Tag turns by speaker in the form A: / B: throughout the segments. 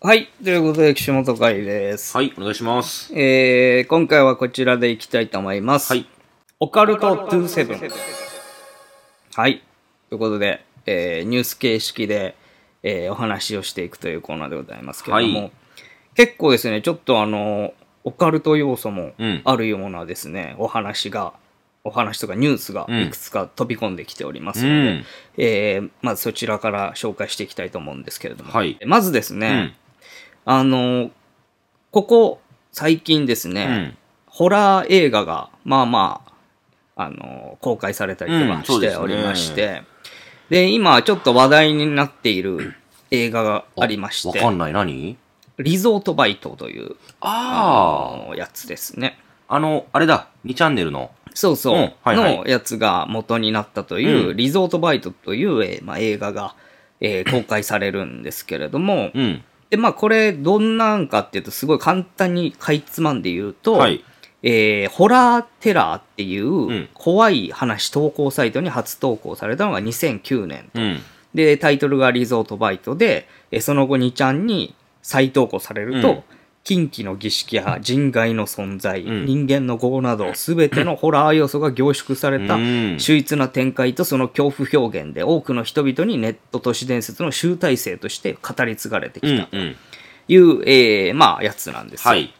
A: はい。ということで、岸本会です。
B: はい、お願いします。
A: えー、今回はこちらでいきたいと思います。
B: はい。
A: オカルト27。はい。ということで、えーニュース形式で、えーお話をしていくというコーナーでございますけれども、
B: はい
A: 結構ですね、ちょっとあの、オカルト要素も
B: うん
A: あるようなですね、お話が、お話とかニュースが
B: うん
A: いくつか飛び込んできております
B: う
A: ので、
B: ん。
A: えーまずそちらから紹介していきたいと思うんですけれども、
B: はい
A: まずです
B: う
A: ね
B: ん、。
A: あの、ここ最近ですね、
B: うん。
A: ホラー映画が、まあまあ、あの、公開されたりと
B: う
A: か
B: んそ
A: し
B: うで
A: て
B: すね
A: おりまして、で今ちょっと話題になっている映画がありまし
B: わ
A: て
B: か、んない、何
A: リゾートバイトという、
B: あ
A: あのやつですね。
B: あ、あの、あれだ、2チャンネルの。
A: そうそう、
B: うんはいはい
A: のやつが元になったという、
B: うん
A: リゾートバイトという、えーまあ、映画が、えー公開されるんですけれども、
B: うん。
A: で、まあこれどんなんかっていうと、すごい簡単にかいつまんで言うと、
B: はい。
A: えーホラーテラーっていうん怖い話投稿サイトに初投稿されたのが2009年。
B: うん。
A: で、タイトルがリゾートバイトで、えーその後2ちゃんに再投稿されると、
B: うん
A: 近畿の儀式や人外の存在、
B: うん
A: 人間の業など、すべて のホラー要素が凝縮された
B: うん
A: 秀逸な展開とその恐怖表現で多くの人々にネット都市伝説の集大成として語り継がれて
B: う
A: きた
B: ん
A: と
B: うん。
A: いう、えーまあ、やつなんですよ。
B: はい。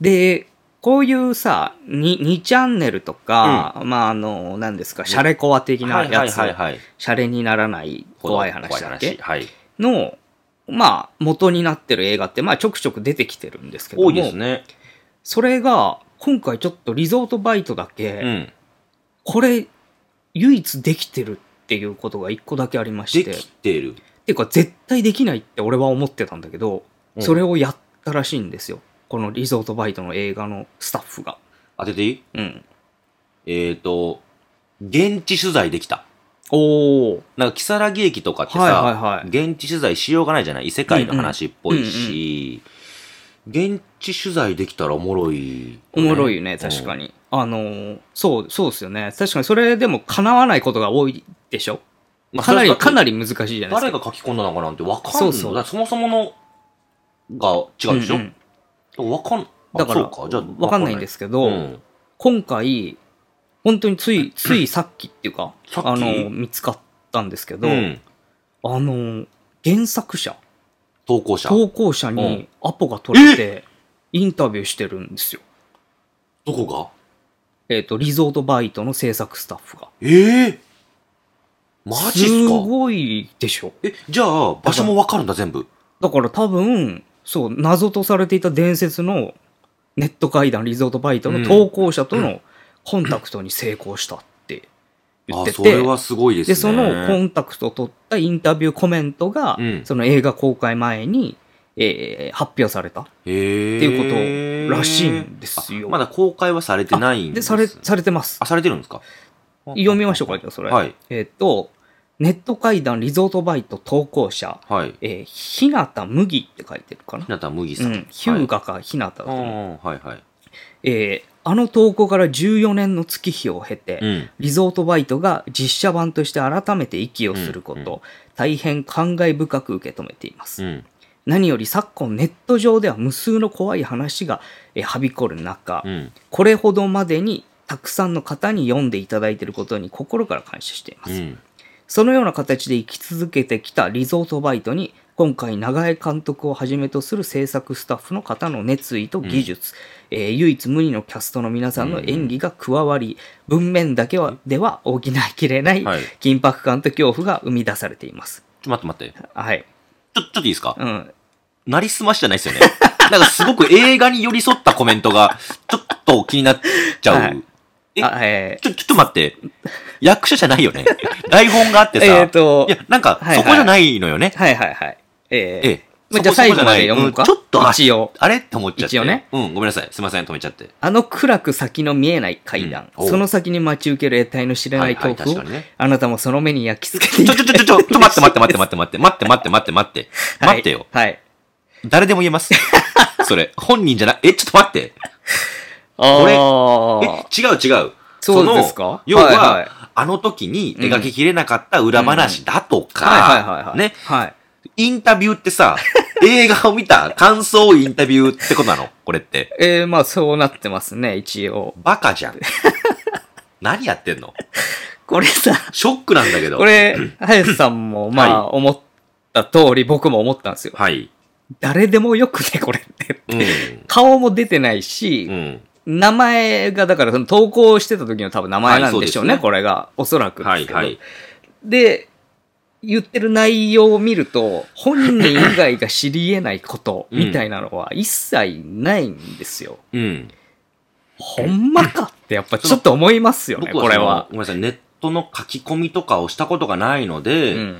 A: で、こういうさ、2, 2チャンネルとか、まあ、あの、何ですか、シャレコア的な
B: はいは
A: や
B: い
A: つ、
B: はいはい。
A: シャレにならない怖い
B: 怖
A: 話
B: い
A: だっ
B: 話。
A: け
B: はい。
A: の、まあ、元になってる映画って、まあ、ちょくちょく出てきてるんですけども、
B: 多いですね。
A: それが、今回ちょっとリゾートバイトだけ、
B: うん。
A: これ、唯一できてるっていうことが1個だけありまし
B: で
A: て、っ
B: きてる。
A: ていうか、絶対できないって俺は思ってたんだけど、
B: うん
A: それをやったらしいんですよ。このリゾートバイトの映画のスタッフが。
B: 当てていい
A: うん。
B: えっと、現地取材できた。
A: おー。
B: なんか、木更木駅とかって
A: はいはいは
B: さ
A: い、
B: 現地取材しようがないじゃない異世界の話っぽいし、現地取材できたらおもろいよね。
A: おもろいよね、確かに。あのーそう、そうですよね。確かにそれでも叶わないことが多いでしょ
B: うん。まあ
A: かなり、かな
B: り。
A: り難しいじゃないで
B: 誰
A: すか。
B: が書き込んだのかなんてわかんない。
A: そ
B: そうう
A: そう
B: そもそものが違うでしょ
A: うんうん
B: わかん、あ
A: だから、
B: そうか、じゃあ
A: わかんないんですけど、
B: うん
A: 今回、本当につ い、ついさっきっていうか、
B: さっき
A: あのー見つかったんですけど、
B: うん
A: あのー原作者、
B: 投稿者。
A: 投稿者
B: う
A: に
B: ん
A: アポが取れて、インタビューしてるんですよ。
B: どこ
A: えっ、と、リゾートバイトの制作スタッフが。
B: がええマジ
A: す
B: っすか
A: ごいでしょ。
B: え、じゃあ、場所もわかるんだ、全部。
A: だから多分、そう、謎とされていた伝説のネット会談、リゾートバイトの投稿者とのコンタクトに成功したって言っ
B: あ、
A: て
B: そ
A: て、
B: れはすごいですね。
A: で、そのコンタクトを取ったインタビューコメントが、
B: うん
A: その映画公開前に、えー発表されたっ
B: へえ
A: ていうことらしいんですよ。
B: まだ公開はされてないん
A: で
B: です
A: され、されてます
B: あ、。されてるんですか
A: 読みましょうか、じゃあそれ。
B: はい。
A: えーっと、ネット会談、リゾートバイト投稿者、
B: はい。
A: えー、ひなた麦って書いてるかな
B: 日。向麦
A: う
B: さん。
A: ん、ヒューガかひなただと
B: はい。う
A: 思うん
B: はいはい。
A: えーあの投稿から14年の月日を経て、
B: うん。
A: リゾートバイトが実写版として改めて息をすること、
B: うんう
A: 大変感慨深く受け止めています。
B: うん。
A: 何より昨今ネット上では無数の怖い話が、えーはびこる中、
B: うん。
A: これほどまでにたくさんの方に読んでいただいていることに心から感謝しています。
B: うん。
A: そのような形で生き続けてきたリゾートバイトに、今回、長江監督をはじめとする制作スタッフの方の熱意と技術、えー唯一無二のキャストの皆さんの演技が加わり、文面だけはでは補いきれない
B: はい
A: 緊迫感と恐怖が生み出されています。
B: ちょ、待って待って。
A: はい。
B: ちょ、ちょっといいですか
A: うん。
B: なりすましじゃないですよね。 なんかすごく映画に寄り添ったコメントが、ちょっと気になっちゃう。
A: はい
B: え
A: あ、え
B: ちょ、ちょっと待って。役者じゃな いよね。台本があって
A: ー、
B: さ。
A: えーと
B: い、や、なんか
A: はいはい、
B: そこじゃないのよね。
A: はいはいはい。えー
B: ええ。
A: まあ
B: そこ
A: じゃあ最後まで
B: そこじゃない
A: 読むか
B: うんちょっと、あ
A: 一応
B: あれって思っちゃって。
A: 一応ね。
B: うん、ごめんなさい。すいません、止めちゃって。
A: あの暗く先の見えない階段、
B: うんおう
A: その先に待ち受ける得体の知れない
B: はいは
A: 恐
B: い
A: 怖を、
B: 確かにね
A: あなたもその目に焼き付けて
B: ち
A: い
B: ょ、ちょ、ちょ、ちょ、ちょ、ちょ、待って待って待って待って待って待って待って待って待って
A: はい
B: 待ってよ。
A: はい。
B: 誰でも言 えます。それ、本人じゃない。え、ちょっと待って。
A: あ
B: え
A: あ。、
B: 違う違う。
A: そうですか
B: その要は、
A: はいはい
B: あの時に描ききれなかった裏話だと
A: はいはいはい
B: か
A: は、い。
B: ね、
A: はい。
B: インタビューってさ、映画を見た感想インタビューってことなのこれって。
A: えー、まあそうなってますね、一応。
B: バカじゃん。何やってんの
A: これさ、
B: ショックなんだけ ど。
A: これ、林さん もまあ思った通り僕も思ったんですよ。
B: はい。
A: 誰でもよくね、これって。
B: うん。
A: 顔も出てないし、
B: うん。
A: 名前が、だからその投稿してた時の多分名前なんでしょうね、
B: はいそうですね
A: これが。おそらくで
B: は
A: す
B: い
A: けど。
B: はい。
A: で、言ってる内容を見ると、本人以外が知り得ないこと
B: うん
A: みたいなのは一切ないんですよ。
B: うん。
A: ほんまかってやっぱちょっと思いますよね、
B: 僕は
A: こ
B: そ
A: れ
B: の
A: は。
B: ごめんなさい、ネットの書き込みとかをしたことがないの
A: う
B: で、
A: ん。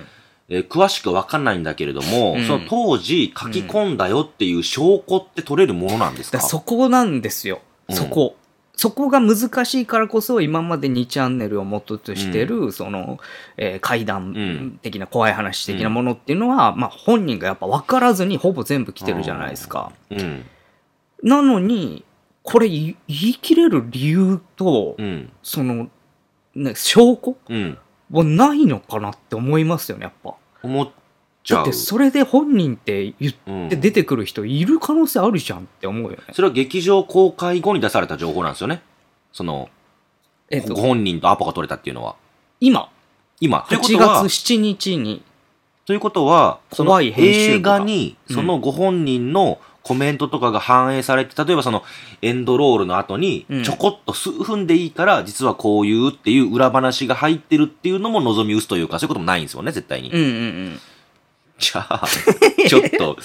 B: えー詳しくわかんないんだけれども、
A: うん
B: その当時書き込んだよっていう証拠って取れるものなんです
A: だ
B: か、
A: からそこなんですよ。そこ。そこが難しいからこそ、今まで2チャンネルを元としてる、その、えー怪談的な、怖い話的なものっていうのは、まあ本人がやっぱ分からずにほぼ全部来てるじゃないですか。
B: うん。
A: なのに、これ言い言い切れる理由と、
B: うん。
A: その、ね、証拠
B: うん。
A: はないのかなって思いますよね、やっぱ。
B: 思っち
A: だ
B: ゃ
A: っ
B: う。
A: てそれで本人って言っ
B: うん
A: て出てくる人いる可能性あるじゃんって思うよね。
B: それは劇場公開後に出された情報なんですよね。その、
A: えっと
B: ご、本人とアポが取れたっていうのは。
A: 今、
B: 今、とい
A: 8
B: う
A: 月
B: ことは、
A: 7日に、
B: ということは、その
A: 怖い編集
B: 映
A: 部が
B: 画に、そのご本人のコメントとかが反映されて、例えばそのエンドロールの後に
A: うん、
B: ちょこっと数分でいいから、実はこういうっていう裏話が入ってるっていうのも望み薄というか、そういうこともないんですよね、絶対に。
A: うんうん
B: じゃあ、 ちょっと、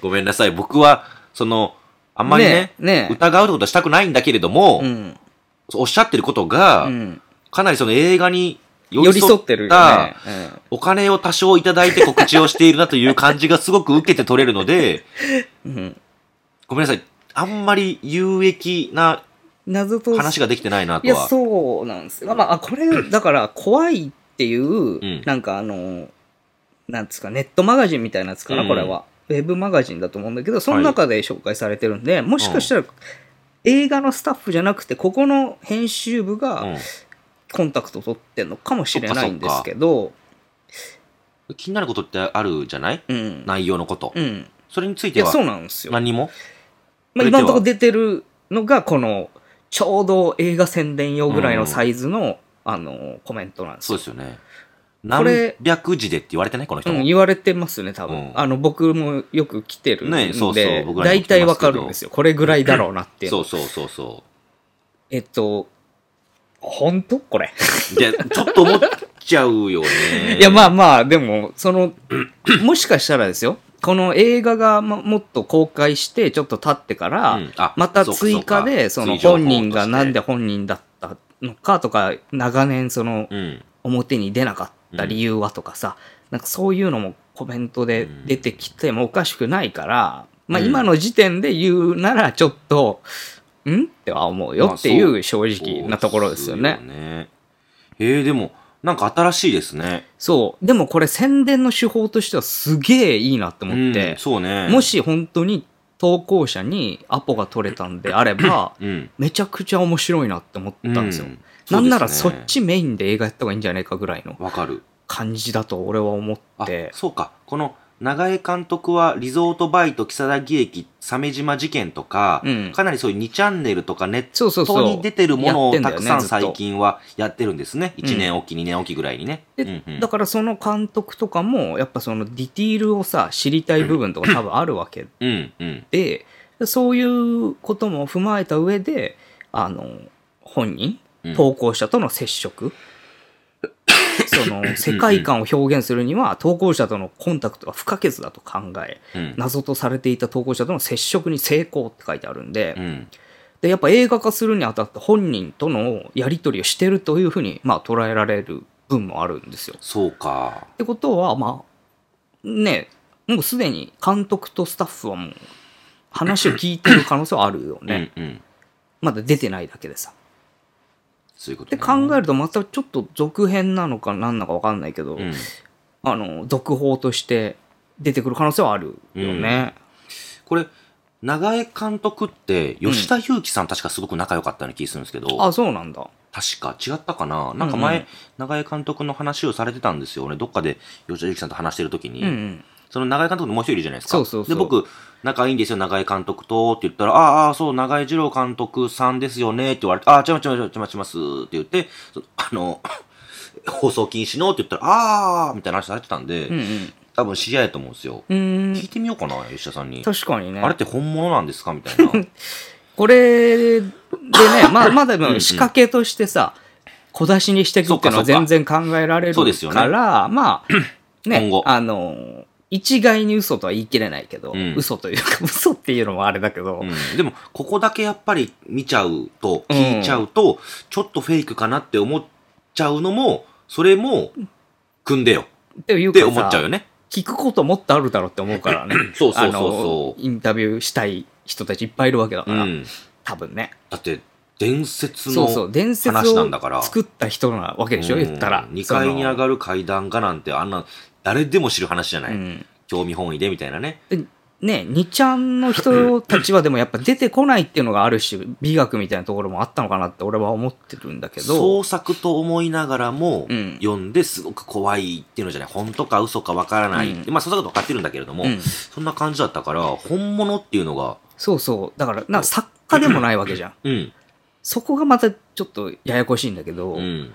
B: ごめんなさい。僕は、その、あ
A: うんん。
B: まりね、
A: ねえね
B: 疑うってことはしたくないんだけれども、
A: えうん。
B: おっしゃってることが、
A: うん。
B: かなりその映画に寄
A: 寄
B: り
A: り
B: 添
A: 添
B: っ
A: ってるよ
B: た
A: ね。うん
B: お金を多少いただいて告知をしているなという感じがすごく受けて取れるの で、
A: うん
B: ごめんなさい。あんまり有益な
A: 謎と
B: 話ができてないないと
A: や、
B: は。
A: そうなんですよ。まあ、あこれ、だから、怖いっていう、
B: ん
A: なんかあの、なんですか、ネットマガジンみたいなやつかな、
B: うん
A: これは。ウェブマガジンだと思うんだけど、その中で紹介されてるんで、もしかしたら、映画のスタッフじゃなくて、ここの編集部
B: う
A: が
B: ん
A: コンタクト取ってんのかもしれないんですけど、
B: 気になることってあるじゃない
A: うん。
B: 内容のこと
A: う。ん。
B: それについ
A: い
B: て
A: や、
B: は
A: そうなんですよ。
B: 何も
A: まあ、
B: それで
A: 今
B: は
A: のところ出てるのが、この、ちょうど映画宣伝用ぐらいのサイズの、あの、コメントなんです
B: そ
A: よ
B: うですよね。
A: これ
B: 何百字でって言われてないこの人
A: うん、
B: も。
A: 言われてますね、多分。
B: うん
A: あの、僕もよく来てるんで、
B: ねそうそ
A: 大
B: う僕らにも来てますけ
A: 体
B: ど
A: わかるんですよ。これぐらいだろうなっていうの
B: そうそうそうそ
A: えっと、本当これ。
B: う。で、ちょっと思っちゃうよね。
A: いや、まあまあ、でも、その、もしかしたらですよ、この映画がももっと公開して、ちょっと経ってから、
B: うんあ
A: また追加で、そ
B: そう
A: の
B: かそうか
A: 本人がなんで
B: 追
A: 本人だったのかとか、長年その
B: うん。
A: 表に出なかった理由はとかさ、なんかそういうのもコメントで出てきてもおかしくないから、まあ
B: うん
A: 今の時点で言うならちょっと、んっては思うよってい
B: まあそう
A: 正直なところですよね
B: そ。うですよねえー、でも、なんか新しいですね。
A: そう。でもこれ宣伝の手法としてはすげえいいなって思っ
B: う
A: て
B: ん、そうね。
A: も、し本当に投稿者にアポが取れたんであれ ば、
B: うん。
A: めちゃくちゃ面白いなって思ったんですよ。
B: う
A: なんならそ
B: そう
A: っ
B: ですね
A: ちメインで映画やった方がいいんじゃないかぐらいの
B: わかる。
A: 感じだと俺は思っ
B: あ
A: て、。
B: そうか。この、長江監督は、リゾートバイト、木更木駅、鮫島事件とか、
A: うん
B: かなりそういう2チャンネルとかネッ
A: そうそう
B: ト
A: そう。
B: に出てるもの
A: やって
B: を
A: だ
B: た
A: よ
B: く
A: ね
B: さん
A: ずっと
B: 最近はやってるんですね。
A: ん
B: 1年おき、2年おきぐらいにね。
A: で
B: うんうん
A: だからその監督とかも、やっぱそのディティールをさ、知りたい部分とか多分あるわけ
B: うん、うん。
A: で、そういうことも踏まえた上で、あの、本人
B: うん、
A: 投稿者との接 触、その世界観を表現するには、投稿者とのコンタクトが不可欠だと考え、
B: うん。
A: 謎とされていた投稿者との接触に成功って書いてあるんで、
B: うん。
A: でやっぱ映画化するにあたって本人とのやり取りをしてるというふうに、まあ、捉えられる分もあるんですよ。
B: そうか
A: っ。てことはまあねもうすでに監督とスタッフはもう話を聞いてる可能性はあるよね、
B: うん、うん。
A: まだ出てないだけでさ。
B: そういうこと
A: で
B: ね。
A: 考えるとまたちょっと続編なのか何なのか分かんないけど、
B: うん。
A: あの続報として出てくる可能性はあるよね。
B: これ、長江監督って、吉田裕樹さん確かすごく仲良かったような気がするんですけど、
A: あそうなんだ。
B: 確か違ったかななんか
A: うんう
B: 前
A: ん、
B: 長江監督の話をされてたんですよ。俺、どっかで吉田裕樹さんと話してるときに、
A: うんうん。
B: その長井監督のもう一人いるじゃないですか。
A: そうそうそう
B: で、僕、仲いいんですよ、長井監督と、って言ったら、ああ、そう、長井二郎監督さんですよね、って言われて、ああ、ちまちまちまちまちます、って言って、そあの、 放送禁止のって言ったら、ああ、みたいな話されてたんで、
A: うんうん
B: 多分知り合いやと思うんですよ。
A: うー
B: 聞
A: ん
B: いてみようかな、吉田さんに。
A: 確かにね
B: あれって本物なんですかみ たいな。
A: これで ね、まあ、まだでも仕掛けとしてさ、小出しにしていくっていうのは
B: そっかそっ
A: 全
B: か
A: 然考えられる
B: そうですよね
A: から、 まあ、ね
B: 今後、
A: あの、一概に嘘とは言い切れないけど、
B: うん
A: 嘘というか、 嘘っていうのもあれだけど、
B: うん、でも、ここだけやっぱり見ちゃうと、聞いちゃうと、ちょっとフェイクかなって思っちゃうのも、それも、組んでよ
A: っていう
B: っ
A: か
B: て
A: さ
B: 思っちゃうよね。。
A: 聞くこともっとあるだろうって思うからね
B: そうそうそう
A: あの
B: そう
A: インタビューしたい人たちいっぱいいるわけだ
B: う
A: から、
B: ん。
A: 多分ね。
B: だって、伝説
A: そ
B: の
A: うそう、伝説
B: 話なんだから
A: を。作った人なわけでしょ、言ったら。
B: 2階に上
A: る
B: がる階段がなんて、あんな、誰でも知る話じゃない。
A: うん
B: 興味本位でみたいなね。
A: ね、2ちゃんの人たちはでもやっぱ出てこないっていうのがあるし、美学みたいなところもあったのかなって俺は思ってるんだけど、
B: 創作と思いながらも、
A: うん
B: 読んですごく怖いっていうのじゃない本当か嘘かわからない、
A: う
B: まあそんなこと分かってるんだけれども、
A: うん
B: そんな感じだったから本物っていうのが
A: そうそう、だから、なんか作家でもないわけじゃん。
B: うん
A: そこがまたちょっとややこしいんだけど、
B: うん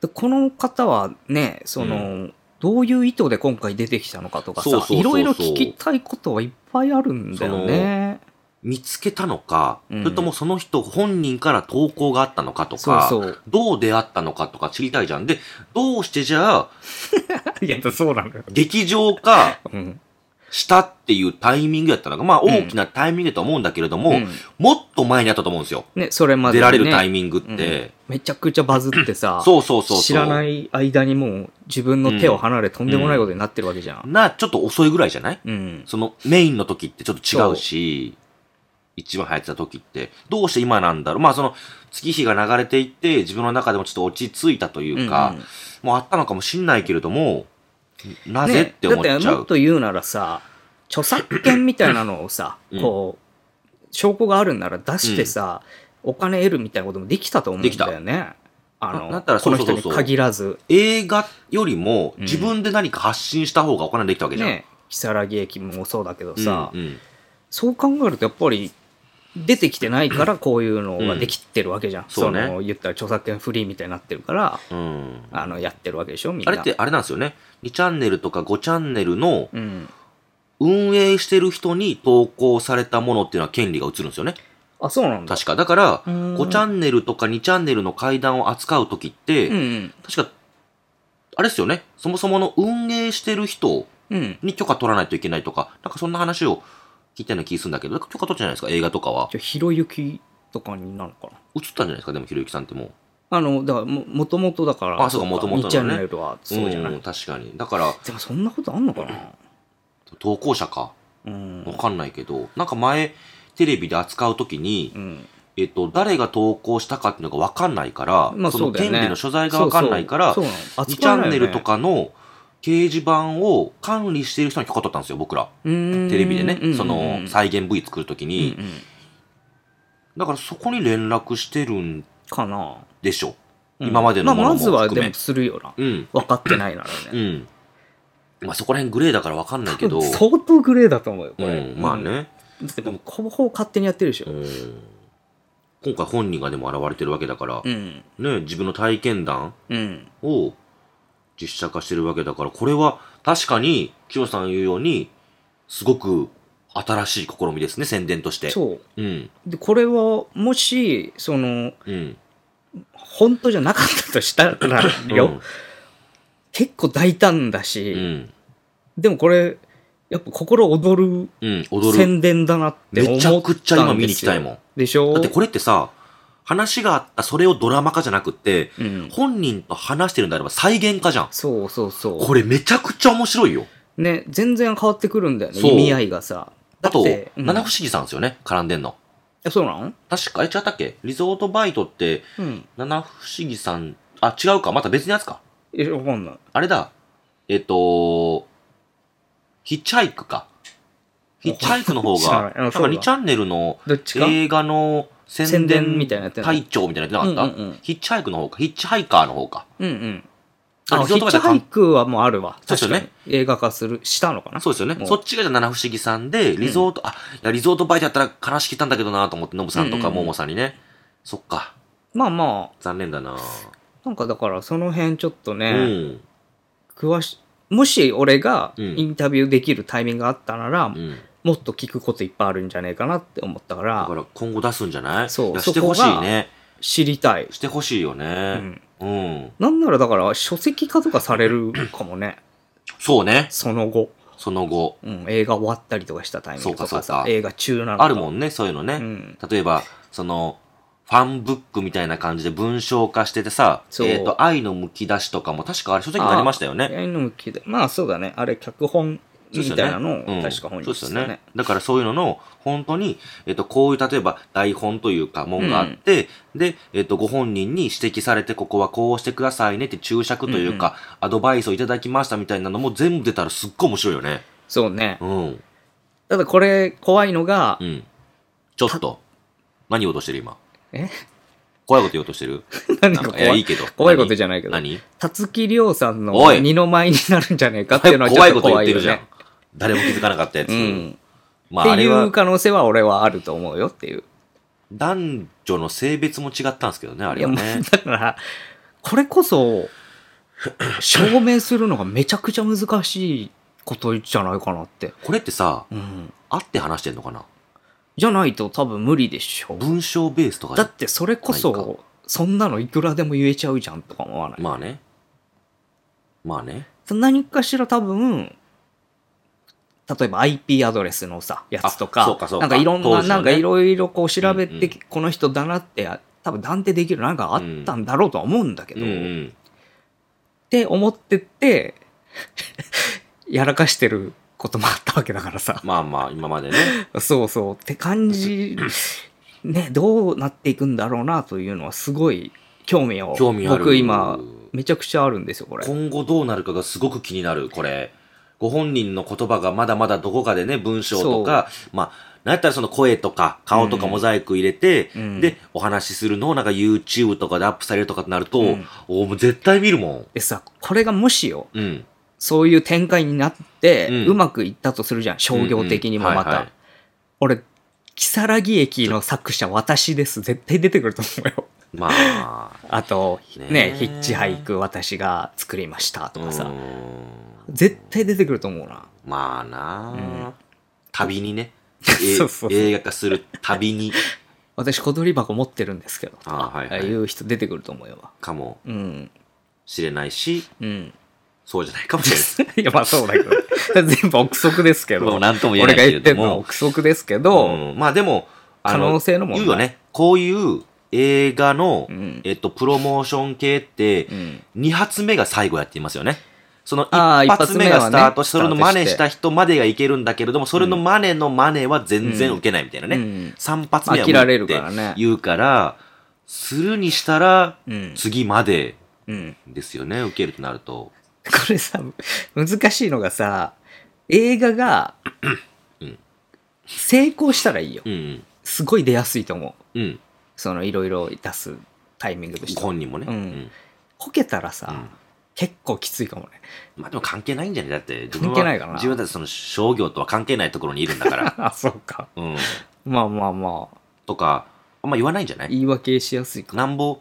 A: でこの方はね、その、
B: う
A: どういう意図で今回出てきたのかとか
B: そうそう
A: さ、
B: そうそう
A: いろいろ聞きたいことはいっぱいあるんだよね。
B: 見つけたのか、
A: うん
B: それともその人本人から投稿があったのかと
A: そう
B: か
A: そう。
B: どう出会ったのかとか知りたいじゃんでどうしてじゃあ
A: いや、そうなんだよ。
B: 劇場化
A: うん。
B: したっていうタイミングやったのがまあ大きなタイミングだと思うんだけれども、
A: うん
B: もっと前にあったと思うんですよ、
A: ね、それまで、
B: 出
A: ね。
B: られるタイミングって、
A: めちゃくちゃバズってさ、
B: そうそうそうそう
A: 知らない間にもう自分の手を離れとんでもないことになってるわけじゃん。
B: な、ちょっと遅いぐらいじゃない
A: うん。
B: そのメインの時ってちょっと違うし、一番流行ってた時って、どうして今なんだろう。まあその月日が流れていって、自分の中でもちょっと落ち着いたというか、
A: うん
B: もうあったのかもしんないけれども、な
A: ね
B: ぜ、って思っちゃ
A: だっても
B: う
A: っ。と言うならさ、著作権みたいなのをさ、
B: うん
A: こう、証拠があるんなら出してさ、お金得るみたいなこともできたと思うんだよね。あ
B: なな
A: の、
B: ったら
A: こ
B: そ
A: の
B: うそう
A: 人
B: そう
A: に限らず、
B: 映画よりも
A: うん
B: 自分で何か発信した方がお金できたわけじゃん。
A: ね、如月駅もそうだけど
B: うん
A: さ、
B: うん
A: そう考えるとやっぱり、出てきてないからこういうのができてるわけじゃん。
B: そうね
A: の言ったら著作権フリーみたいになってるから、
B: うん
A: あの、やってるわけでしょみんな。
B: あれってあれなんですよね。2チャンネルとか5チャンネルの
A: うん。
B: 運営してる人に投稿されたものっていうのは権利が移るんですよね。
A: あ、そうなんだ。
B: 確か。だから、
A: うん
B: 5チャンネルとか2チャンネルの階段を扱うときって、
A: うんうん。
B: 確か、あれですよね。そもそもの運営してる人
A: うん。
B: に許可取らないといけないとか、なんかそんな話を聞いたような気するんだけど、なんか許可取ったじゃないですか、映画とかは。
A: じゃあひろゆきとかになるのかな
B: 映ったんじゃないですか、でもひろゆきさんってもう。
A: あの、だからも、もともとだから、
B: あそうか元々のね
A: 2チャンネルはそうじゃない。
B: ん確かに。だから、
A: でもそんなことあんのかな
B: 投稿者か。
A: うん
B: わ。かんないけど、なんか前、テレビで扱うときに、
A: うん。
B: えっと、誰が投稿したかっていうのがわかんないから、
A: まあそう
B: の
A: だよ
B: 権
A: ね。
B: 利の所在がわかんないから、
A: そうそうそうなの
B: 2チ
A: 扱
B: ャ
A: わない
B: ン
A: よね
B: ネルとかの掲示板を管理している人に許可取ったんですよ、僕ら。
A: うーん
B: テレビで
A: うんうんう
B: ね、
A: ん
B: その再現 V 作るとき
A: うん
B: に
A: う。ん
B: だからそこに連絡してるん
A: かな。
B: でしょ。
A: うん
B: 今までのもの
A: あ
B: も
A: まずは
B: 含
A: で
B: め
A: も。するよな。
B: うん。
A: 分かってないなら
B: う
A: ね。
B: ん。まあそこら辺グレーだからわかんないけ ど。
A: 相当グレーだと思うよ、こ
B: う
A: れ。
B: ん、まあ。ね。
A: だってもう、ほぼほぼ勝手にやってるでしょ
B: う。ん。今回本人がでも現れてるわけだから、
A: うん。
B: ね、自分の体験談
A: うん。
B: を実写化してるわけだから、これは確かに、清さん言うように、すごく新しい試みですね、宣伝として。
A: そう。
B: うん。
A: でこれはもしその
B: うん。
A: 本当じゃなかったとしたらよ、結構大胆だし、
B: うん。うん。
A: でもこれやっぱ心躍る
B: うん。踊る。
A: 宣伝だなって思ったん
B: め
A: で
B: ち
A: すよ
B: ゃくちゃ今見に行きたいもん。
A: でしょ
B: だってこれってさ、話があった、それをドラマ化じゃなくって、
A: うん、
B: 本人と話してるんであれば再現化じゃん。
A: そうそうそ
B: これめちゃくちゃ面白いよ。
A: うね全然変わってくるんだよね
B: そう
A: 意味合いがさだ
B: あ
A: っ
B: と、
A: てうん
B: 七不思議さんですよね、絡んでんの。
A: えそうなの
B: 確か、あれ違ったっけリゾートバイトって、
A: うん
B: 七不思議さん、あ、違うか、また別のやつか。
A: えわかんない
B: あれだ、えっと、ヒッチハイクか。ヒッチハイクの方
A: 知ら
B: が
A: な、いあ
B: なんか
A: そうだ
B: 2チャンネルの
A: どっちか、
B: 映画の宣
A: 宣伝
B: 伝
A: みたいなやつやな
B: 隊長みたいなのやってなかった、
A: うんうんうん
B: ヒッチハイクの方か、ヒッチハイカーの方か。
A: うんうんあ、
B: リ
A: ヒ
B: ゾート
A: ッチ
B: バイトは
A: ハイ
B: 監
A: クはもうあるわ。
B: そうです
A: 確
B: よ
A: か
B: ね
A: に。映画化する、したのかな
B: そうですよ
A: も
B: ね。
A: う
B: そっちがじゃあ七不思議さんで、リゾート、あ、いや、リゾートバイトやったら悲しきったんだけどなと思って、ノブさんと
A: うんうんう
B: か
A: ん
B: モモさんにね。そっか。
A: まあま
B: 残念だな
A: あ、なんかだからその辺ちょっと
B: う
A: ね、
B: ん。
A: 詳し、もし俺が
B: うん
A: インタビューできるタイミングがあったなら、
B: うん。
A: もっと聞くこといっぱいあるんじゃねえかなって思ったか
B: だ
A: ら、
B: から今後出すんじゃない
A: そう
B: いやしてほしいね。
A: 知りたい。
B: してほしいよ
A: う
B: ね。
A: ん。
B: うん。
A: なんならだから書籍化とかされ るかもね、
B: そうね。
A: その後。
B: その後。
A: うん、映画終わったりとかしたタイミングと
B: そう
A: か
B: かそ
A: さ
B: う、か
A: 映画中なの
B: あるもんね、そういうの
A: う
B: ね。
A: ん。
B: 例えば、その、ファンブックみたいな感じで文章化しててさ、
A: そう
B: えっと、愛のむき出しとかも確かあれ書籍になりましたよね。
A: あ。やりの向きでまあそうだね。あれ、脚本
B: そう
A: み
B: ですよね
A: たいなのを
B: うん
A: 確か本
B: そ
A: に
B: うで
A: し
B: す
A: て
B: よ
A: た
B: ね
A: ね。。
B: だからそういうのの、本当に、えっと、こういう、例えば台本というか、もんがあって、で、えっと、ご本人に指摘されて、ここはこうしてくださいねって注釈というか、アドバイスをいただきましたみたいなのも全部出たらすっごい面白いよね。
A: そうね。
B: うん。
A: ただこれ、怖いのが
B: う、ん。ちょっと。何言おうとしてる今。
A: え
B: 怖いこと言おうとし てる
A: 何
B: なん
A: か
B: か
A: 怖
B: いや、い
A: い
B: いけど。
A: 怖いことじゃないけど。
B: 何
A: 辰木亮さんの
B: おい
A: 二の舞になるんじゃねえかっていうのは
B: 何
A: ちょ
B: 怖
A: っ
B: い
A: と
B: こと言っ
A: 怖い
B: て
A: よ
B: るじゃん
A: ね。。
B: 誰も気づかなかったやつ。
A: うん。
B: まあ、
A: っ
B: あ
A: て
B: れ
A: いう
B: は、
A: 可能性は俺はあると思うよっていう。
B: 男女の性別も違ったんですけどね、あ
A: い
B: れ
A: や、
B: は
A: もう
B: ね。
A: だから、これこそ、証明するのがめちゃくちゃ難しいことじゃないかなって。
B: これってさ、
A: うん。
B: 会って話してんのかな
A: じゃないと多分無理でしょ。
B: 文章ベースとか
A: だ
B: で
A: ってそれこ
B: ない
A: そ、そんなのいくらでも言えちゃうじゃんとか思わない。
B: まあねまあね
A: 何かしら多分、例えば IP アドレスのさ、やつと
B: あそ
A: か
B: うか、そう
A: な
B: か
A: んかいろん
B: 当
A: な、
B: 時のね
A: なんかいろいろこう調べ
B: うんう
A: て
B: ん、
A: この人だなって、多分断定できるなんかあったんだろうとは思うんだけ
B: う
A: ど、
B: んう
A: っ
B: ん
A: て思ってって、 やらかしてることもあったわけだからさ、
B: まあまあ今までね
A: そうそうって感じ、ね、どうなっていくんだろうなというのはすごい興味を、
B: 興味ある
A: 僕今、めちゃくちゃあるんですよ、これ。
B: 今後どうなるかがすごく気になるこれご本人の言葉がまだまだどこかでね文章とかまあなんやったらその声とか顔とかモザイク入れて、
A: うん
B: でお話しするのをなんか YouTube とかでアップされるとかってなると、
A: うん
B: おもう絶対見るも
A: でさ、これがもしよ、
B: んうん
A: そういう展開になって、
B: うん
A: うまくいったとするじゃん、商業的にもまた。
B: うんうんはいはい
A: 俺、木更木駅の作者、私です。絶対出てくると思うよ。
B: まあ
A: あと、
B: ね
A: ねヒッチハイク、私が作りました とか
B: う
A: さ、
B: ん
A: 絶対出てくると思うな。
B: まあなあ、
A: うん
B: 旅にね
A: そうそうそう
B: え映画化する 旅に
A: 私、小鳥箱持ってるんですけど、とか
B: あーはいはい
A: ああいう人出てくると思うよ。
B: かも
A: うん。
B: しれないし
A: うん。
B: そうじゃないかもしれない
A: いや、まあそうだけど。全部憶測ですけ
B: もう
A: ど。
B: 何とも言え
A: 俺
B: ない
A: が
B: け
A: 言
B: れ
A: って
B: ど
A: んのは
B: も
A: 憶測ですけど、
B: うんまあでもあ
A: 可能性の問題
B: 言うよねこういう映画の、
A: うん
B: えっと、プロモーション系って
A: うん
B: 2発目が最後やっていますよねその
A: あー
B: 1発目がスタートして、
A: 一発目
B: それ
A: はね
B: の真似した人までがいけるんだけれども、それの真似の真似は全然
A: うん
B: 受けないみたいなね。
A: うん
B: 3発目は
A: 飽きられる
B: 無理
A: からね
B: って言うから、するにしたら、
A: うん
B: 次まで
A: うん。
B: ですよね、受けるとなると。
A: これさ、難しいのがさ、映画が
B: うん、
A: 成功したらいいよ
B: う。ん
A: すごい出やすいと思う。
B: うん。うん。
A: その、いろいろ出すタイミングとして。
B: 本人もね。
A: うんこけたらさ、
B: うん
A: 結構きついかもね。
B: まあでも関係ないんじゃないだって、自分は
A: 関係ないかな
B: 自分だってその商業とは関係ないところにいるんだ から。
A: あ、そうか。
B: うん。
A: まあまあまあ、
B: とか、あんま言わないんじゃない
A: 言い訳しやすいか。
B: なんぼ、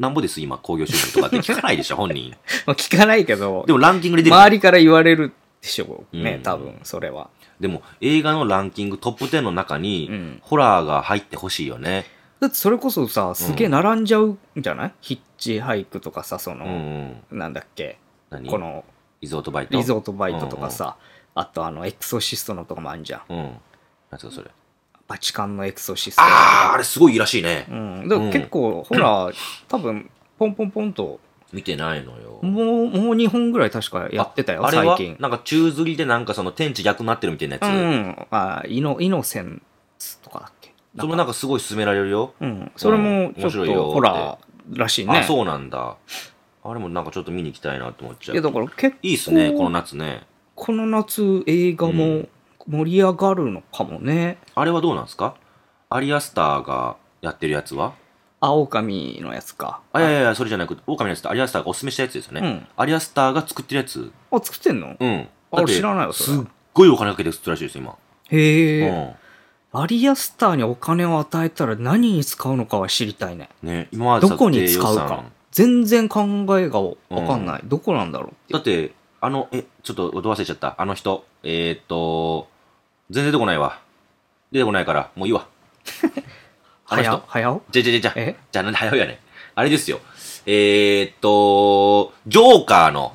B: なんぼです、今、工業主婦とかって 聞かないでしょ、本人。
A: まあ、聞かないけど
B: で、もランキングで出てくる
A: 周りから言われるでしょうね、
B: うん
A: 多分、それは。
B: でも、映画のランキングトップ10の中に、
A: うん
B: ホラーが入ってほしいよね。
A: だってそれこそさ、すげえ並んじゃうんじゃない、ヒッチハイクとかさ、そ
B: うん、
A: の、
B: うん。
A: なんだっけ、
B: 何
A: この、
B: リゾートバイト。
A: リゾートバイトとかさ、あとあの、エクソシストのとかもあるじゃん。
B: うん。なんですか、それ。
A: バチカンのエクソシストと
B: あー、あ
A: か。
B: れすごいいいらしいね。
A: うん。でも結構、ほら、多分、ポンポンポンと、
B: 見てないのよ。
A: もう、もう2本ぐらい確かやってたよ、
B: あれ
A: 最
B: は
A: 近。
B: なんか宙吊りでなんかその天地逆になってるみたいなやつ。
A: うんうん。あ、イノ、イノセンスとかだっけ。
B: それもなんかすごい勧められるよ。
A: うん。それも、ちょ
B: 面
A: っ
B: 白いよっ
A: と、
B: て
A: ホラーらしいね。
B: あ、そうなんだ。あれもなんかちょっと見に行きたいなって思っちゃ
A: いや、
B: う。
A: だから結構、
B: いいっすね、この夏ね。
A: この夏、映画
B: う
A: も
B: ん
A: 盛り上がるのかもね。
B: あれはどうなんですかアリアスターがやってるやつは
A: あ、狼のやつか。
B: あ、いやいやいや、それじゃなくて、狼のやつってアリアスターがおすすめしたやつですよね。
A: うん
B: アリアスターが作ってるやつ。
A: あ、作ってんの
B: うん。
A: あ
B: だって
A: 知らないわそ
B: す
A: れ
B: っごいお金かけて作ったらしいですよ、今。
A: へえ、
B: うん。
A: アリアスターにお金を与えたら何に使うのかは知りたいね。
B: ね、今まで
A: ど
B: さ
A: こに使う
B: 低予
A: か
B: 算。
A: 全然考えがわかんない、どこなんだろう
B: だって、あの、え、ちょっとど忘れちゃった。あの人。えー、っと、全然出てこないわ。出てこないから、もういい わ。あ
A: は
B: の人
A: や、はやお
B: じゃじゃじゃじゃ。
A: え
B: じゃあなんで早いやねん。あれですよ。えー、っと、ジョーカーの、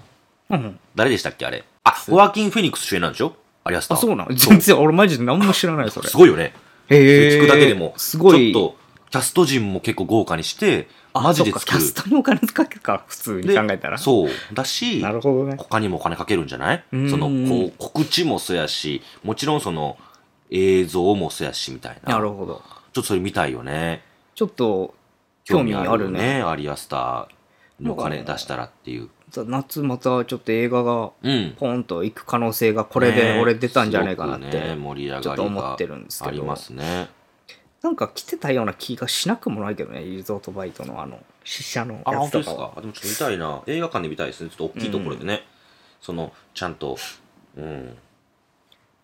A: うん。
B: 誰でしたっけあれ。あ、ホワキン・フェニックス主演なんでしょアリアスタ
A: あ、
B: ー。
A: そうなの全然、俺マジで何も知らない、それ。
B: すごいよね。
A: へえ。
B: 聞くだけでも。
A: すごい。
B: ちょっと、キャスト陣も結構豪華にして、
A: あ
B: マジで
A: そっか
B: 作る。
A: キャストにお金かけるから、普通に
B: で
A: 考えたら。
B: そう。だし、
A: なるほどね。
B: 他にもお金かけるんじゃない
A: うん
B: そのこう告知もそうやしもちろんその映像もそうやしみたいな
A: なるほど。
B: ちょっとそれ見たいよね
A: ちょっと、興味ある
B: よ
A: ね。
B: アリアスターのお金
A: なんか
B: 出したらっていう
A: 夏またちょっと映画が
B: うん
A: ポンと行く可能性がこれで
B: ね
A: 俺出たんじゃないかなって、
B: すごくね盛り上がり
A: ちょ
B: が
A: っと思ってるんですけど
B: ありますね
A: なんか来てたような気がしなくもないけどねリゾートバイトのあの死者のや
B: あ本
A: つ
B: 当
A: と
B: で
A: か
B: す
A: は
B: かあでもちょっと見たいな映画館で見たいですねちょっと大きいところでね、そのちゃんとうん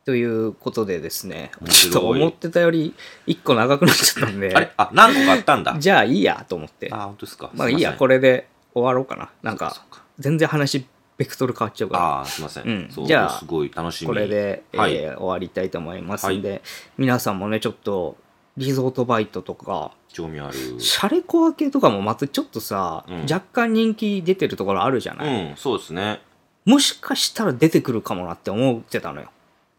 A: ということでですね
B: 面
A: ちょ
B: 白い
A: っと思ってたより一個長くなっちゃったんで
B: あれあ何個かあったんだ
A: じゃあいいやと思って
B: あ本当ですか
A: まあいいやこ
B: れ
A: れで終わろうかななん
B: そ
A: か
B: っか
A: 全然話ベクトル変わっちゃうから
B: ああすいません、
A: うん
B: そう
A: じゃあ
B: すごい楽しみ
A: これで、えー
B: はい
A: 終わりたいと思いますんで、皆さんもねちょっとリゾートバイトとか
B: 興味ある
A: シャレコア系とかもまたちょっとさ、
B: うん
A: 若干人気出てるところあるじゃない、
B: うん、そうですね。
A: もしかしたら出てくるかもなって思ってたのよ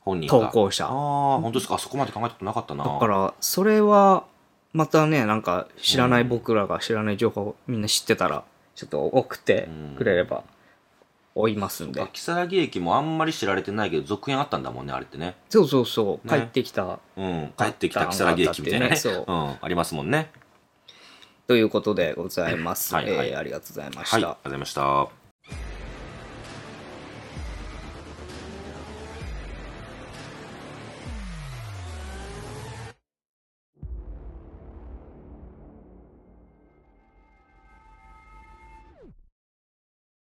B: 本人
A: 投
B: が。
A: 稿者
B: ああ、本当ですか。あそこまで考えたことなかったな。
A: だからそれはまたねなんか知らない僕らが知らない情報をみんな知ってたらちょっと送ってくれれば追いますんで、
B: あ、木更木駅もあんまり知られてないけど、続編あったんだもんね、あれってね。
A: そうそうそう帰
B: ね
A: ってきた
B: うん、帰ってきた
A: あった
B: 木更木駅みたいな
A: あ
B: ね。
A: ったってね
B: うん、ありますもんね。
A: ということでございます、
B: はいはい
A: えーありがとうございました、
B: はい、ありがとうございました。